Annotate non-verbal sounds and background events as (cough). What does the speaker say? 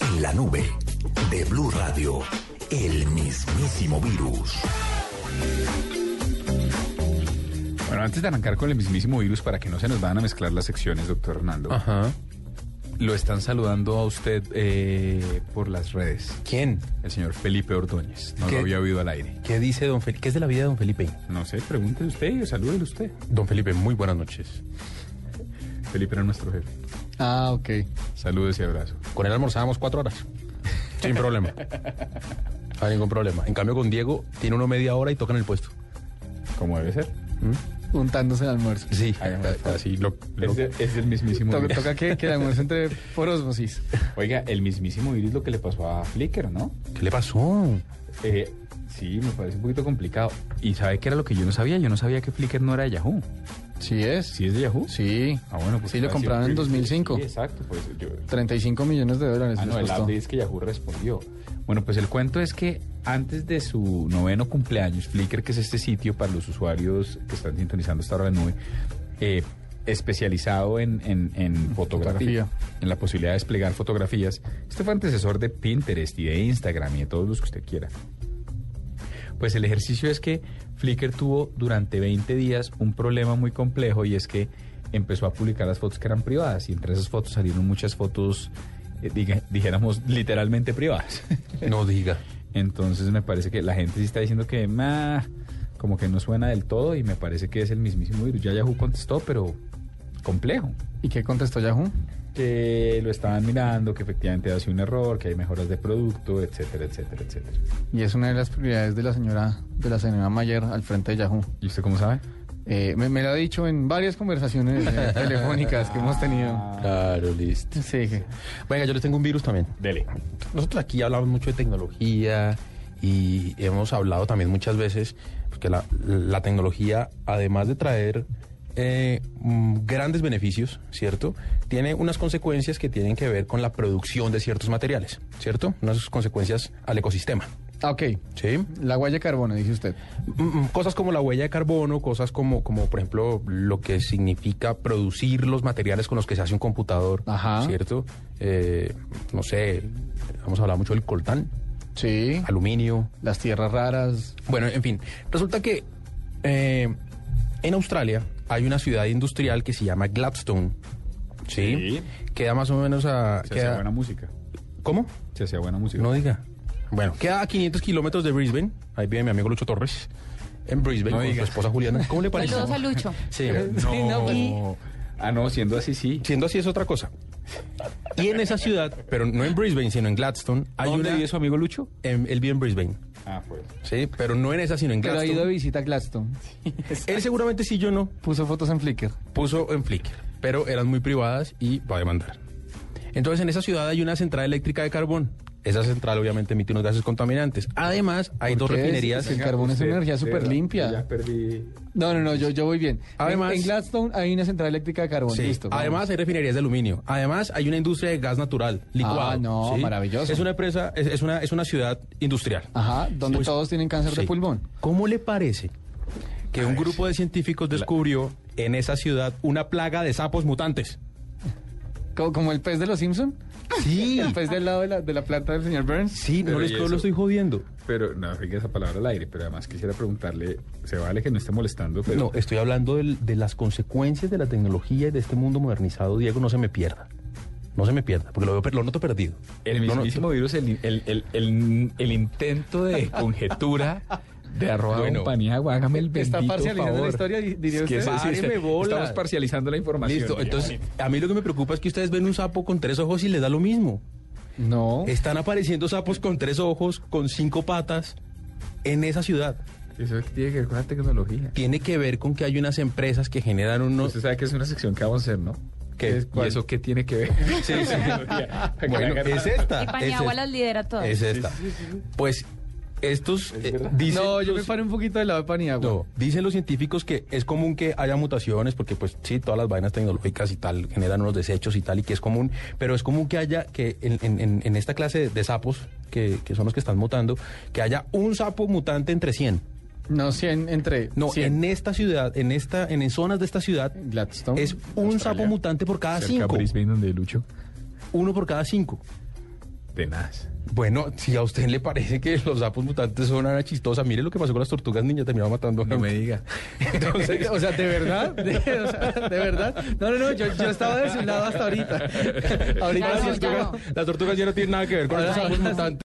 En la nube de Blue Radio, el mismísimo virus. Bueno, antes de arrancar con el mismísimo virus, para que no se nos van a mezclar las secciones, doctor Hernando, Ajá. lo están saludando a usted eh, por las redes. ¿Quién? El señor Felipe Ordóñez. No ¿Qué? lo había oído al aire. ¿Qué dice don Felipe? ¿Qué es de la vida de don Felipe? No sé, pregúntele usted, salúdelo usted. Don Felipe, muy buenas noches. Felipe era nuestro jefe. Ah, ok. Saludos y abrazo. Con él almorzábamos cuatro horas. Sin problema. No hay ningún problema. En cambio, con Diego tiene uno media hora y tocan el puesto. Como debe ser. Untándose el almuerzo. Sí, Hágame el favor. así lo, lo- Es, de- es el mismísimo Toca, virus. toca que, que el almuerzo entre por osmosis. Oiga, el mismísimo virus lo que le pasó a Flickr, ¿no? ¿Qué le pasó? Eh, sí, me parece un poquito complicado. ¿Y sabe qué era lo que yo no sabía? Yo no sabía que Flickr no era de Yahoo. Sí es. ¿Sí es de Yahoo? Sí. Ah, bueno, pues. Sí, lo ahora compraron en sí, 2005. Sí, exacto, pues yo. 35 millones de dólares Ah, les no, el costó. update es que Yahoo respondió. Bueno, pues el cuento es que antes de su noveno cumpleaños, Flickr, que es este sitio para los usuarios que están sintonizando esta hora de la nube, eh, especializado en, en- en fotografía, Fotografía. en la posibilidad de desplegar fotografías, este fue antecesor de Pinterest y de Instagram y de todos los que usted quiera. Pues el ejercicio es que Flickr tuvo durante 20 días un problema muy complejo y es que empezó a publicar las fotos que eran privadas y entre esas fotos salieron muchas fotos, eh, diga- (laughs) dijéramos, literalmente privadas. (laughs) No diga. Entonces me parece que la gente sí está diciendo que "Mah, como que no suena del todo y me parece que es el mismísimo virus. Ya Yahoo contestó, pero complejo. ¿Y qué contestó Yahoo? Que lo estaban mirando, que efectivamente hace un error, que hay mejoras de producto, etcétera, etcétera, etcétera. Y es una de las prioridades de la señora, de la señora Mayer al frente de Yahoo. ¿Y usted cómo sabe? Eh, me, me lo ha dicho en varias (laughs) conversaciones eh, telefónicas que hemos tenido. Claro, listo. Sí, que- Venga, yo les tengo un virus también. Dele. Nosotros aquí hablamos mucho de tecnología y hemos hablado también muchas veces pues, que la, la tecnología, además de traer eh, mm, grandes beneficios, ¿cierto? Tiene unas consecuencias que tienen que ver con la producción de ciertos materiales, ¿cierto? Unas consecuencias al ecosistema, Ah, ok. ¿sí? La huella de carbono, dice usted. Mm, mm, cosas como la huella de carbono, cosas como, como por ejemplo lo que significa producir los materiales con los que se hace un computador, Ajá. ¿cierto? Eh, no sé, hemos hablado mucho del coltán, Sí. aluminio. Las tierras raras. Bueno, en fin, resulta que eh, en Australia hay una ciudad industrial que se llama Gladstone, ¿sí? Sí. Queda más o menos a... Se queda- hacía buena música. ¿Cómo? Se hacía buena música. No diga. Bueno, queda a 500 kilómetros de Brisbane. Ahí viene mi amigo Lucho Torres. En Brisbane, No con diga. su esposa Juliana. ¿Cómo le parece? Pues Saludos a Lucho. (laughs) Sí, No. no. pues. Ah, no, siendo así, sí. Siendo así es otra cosa. Y en esa ciudad, pero no en Brisbane, sino en Gladstone, hay ¿Dónde una... vive su amigo Lucho? en- él vive en Brisbane, Ah, pues. sí, pero no en esa, sino en Pero ha ido de Gladstone. visita a Gladstone. Él seguramente sí, yo no, Puso fotos en Flickr. puso en Flickr, pero eran muy privadas y va a demandar. Entonces en esa ciudad hay una central eléctrica de carbón. Esa central obviamente emite unos gases contaminantes. Además, hay ¿Por dos qué? refinerías. Sí, El carbón es una energía súper limpia. Ya perdí. No, no, no, yo, yo voy bien. Además- en, en Gladstone hay una central eléctrica de carbón. Sí. Pues Listo. vamos. Además hay refinerías de aluminio. Además hay una industria de gas natural licuado. Ah, no, maravilloso. Es una empresa, es, es una es una ciudad industrial. Ajá, donde Pues, todos tienen cáncer de sí. pulmón. ¿Cómo le parece que un grupo de científicos descubrió en esa ciudad una plaga de sapos (laughs) mutantes? Co- Como el pez de los Simpson. Sí, El pez del lado de la, de la planta del señor Burns. sí, Pero no les ¿y no eso? lo estoy jodiendo. Pero no, fíjate esa palabra al aire. Pero además quisiera preguntarle, se vale que no esté molestando, pero. No, estoy hablando del- de las consecuencias de la tecnología y de este mundo modernizado, Diego, no se me pierda. No se me pierda, porque lo, veo, per- lo noto perdido. El No, no, mismísimo virus, el, el, el, el, el intento de (laughs) conjetura de arroba Bueno. don Paniagua, hágame el bendito Está parcializando favor. la historia, di- diría Es que usted. sí, sí, Páreme bolas. Estamos parcializando la información. Listo, Ya. entonces a mí lo que me preocupa es que ustedes ven un sapo con tres ojos y les da lo mismo. No. Están apareciendo sapos con tres ojos, con cinco patas, en esa ciudad. Eso es que tiene que ver con la tecnología. Tiene que ver con que hay unas empresas que generan unos... Usted sabe que es una sección que vamos a hacer, ¿no? ¿Qué? Es- ¿Y ¿Cuál? eso qué tiene que ver? Sí, sí. (laughs) (laughs) Bueno, es esta. Y Paniagua es las lidera todas. Es esta. Pues estos eh, dicen... no, yo los- me paré un poquito del lado de Paniagua. No, dicen los científicos que es común que haya mutaciones, porque pues sí, todas las vainas tecnológicas y tal generan unos desechos y tal, y que es común, pero es común que haya, que en, en- en- en esta clase de, de sapos, que, que son los que están mutando, que haya un sapo mutante entre 100. No, 100 entre. No, 100. en esta ciudad, en esta, en zonas de esta ciudad, Gladstone. es un sapo mutante por cada Cerca a cinco. Brisbane, donde Lucho. Uno por cada cinco. tenaz. Bueno, si a usted le parece que los sapos mutantes son una chistosa, mire lo que pasó con las tortugas ninja, terminaron matando a No gente. me diga. (laughs) Entonces, O sea, (laughs) ¿de verdad? De, o sea, ¿de verdad? No, no, no, yo, yo estaba (laughs) de su lado hasta ahorita. Ahorita Ya sí no, ya estuve- no. (laughs) las tortugas ya no tienen nada que ver con los sapos mutantes.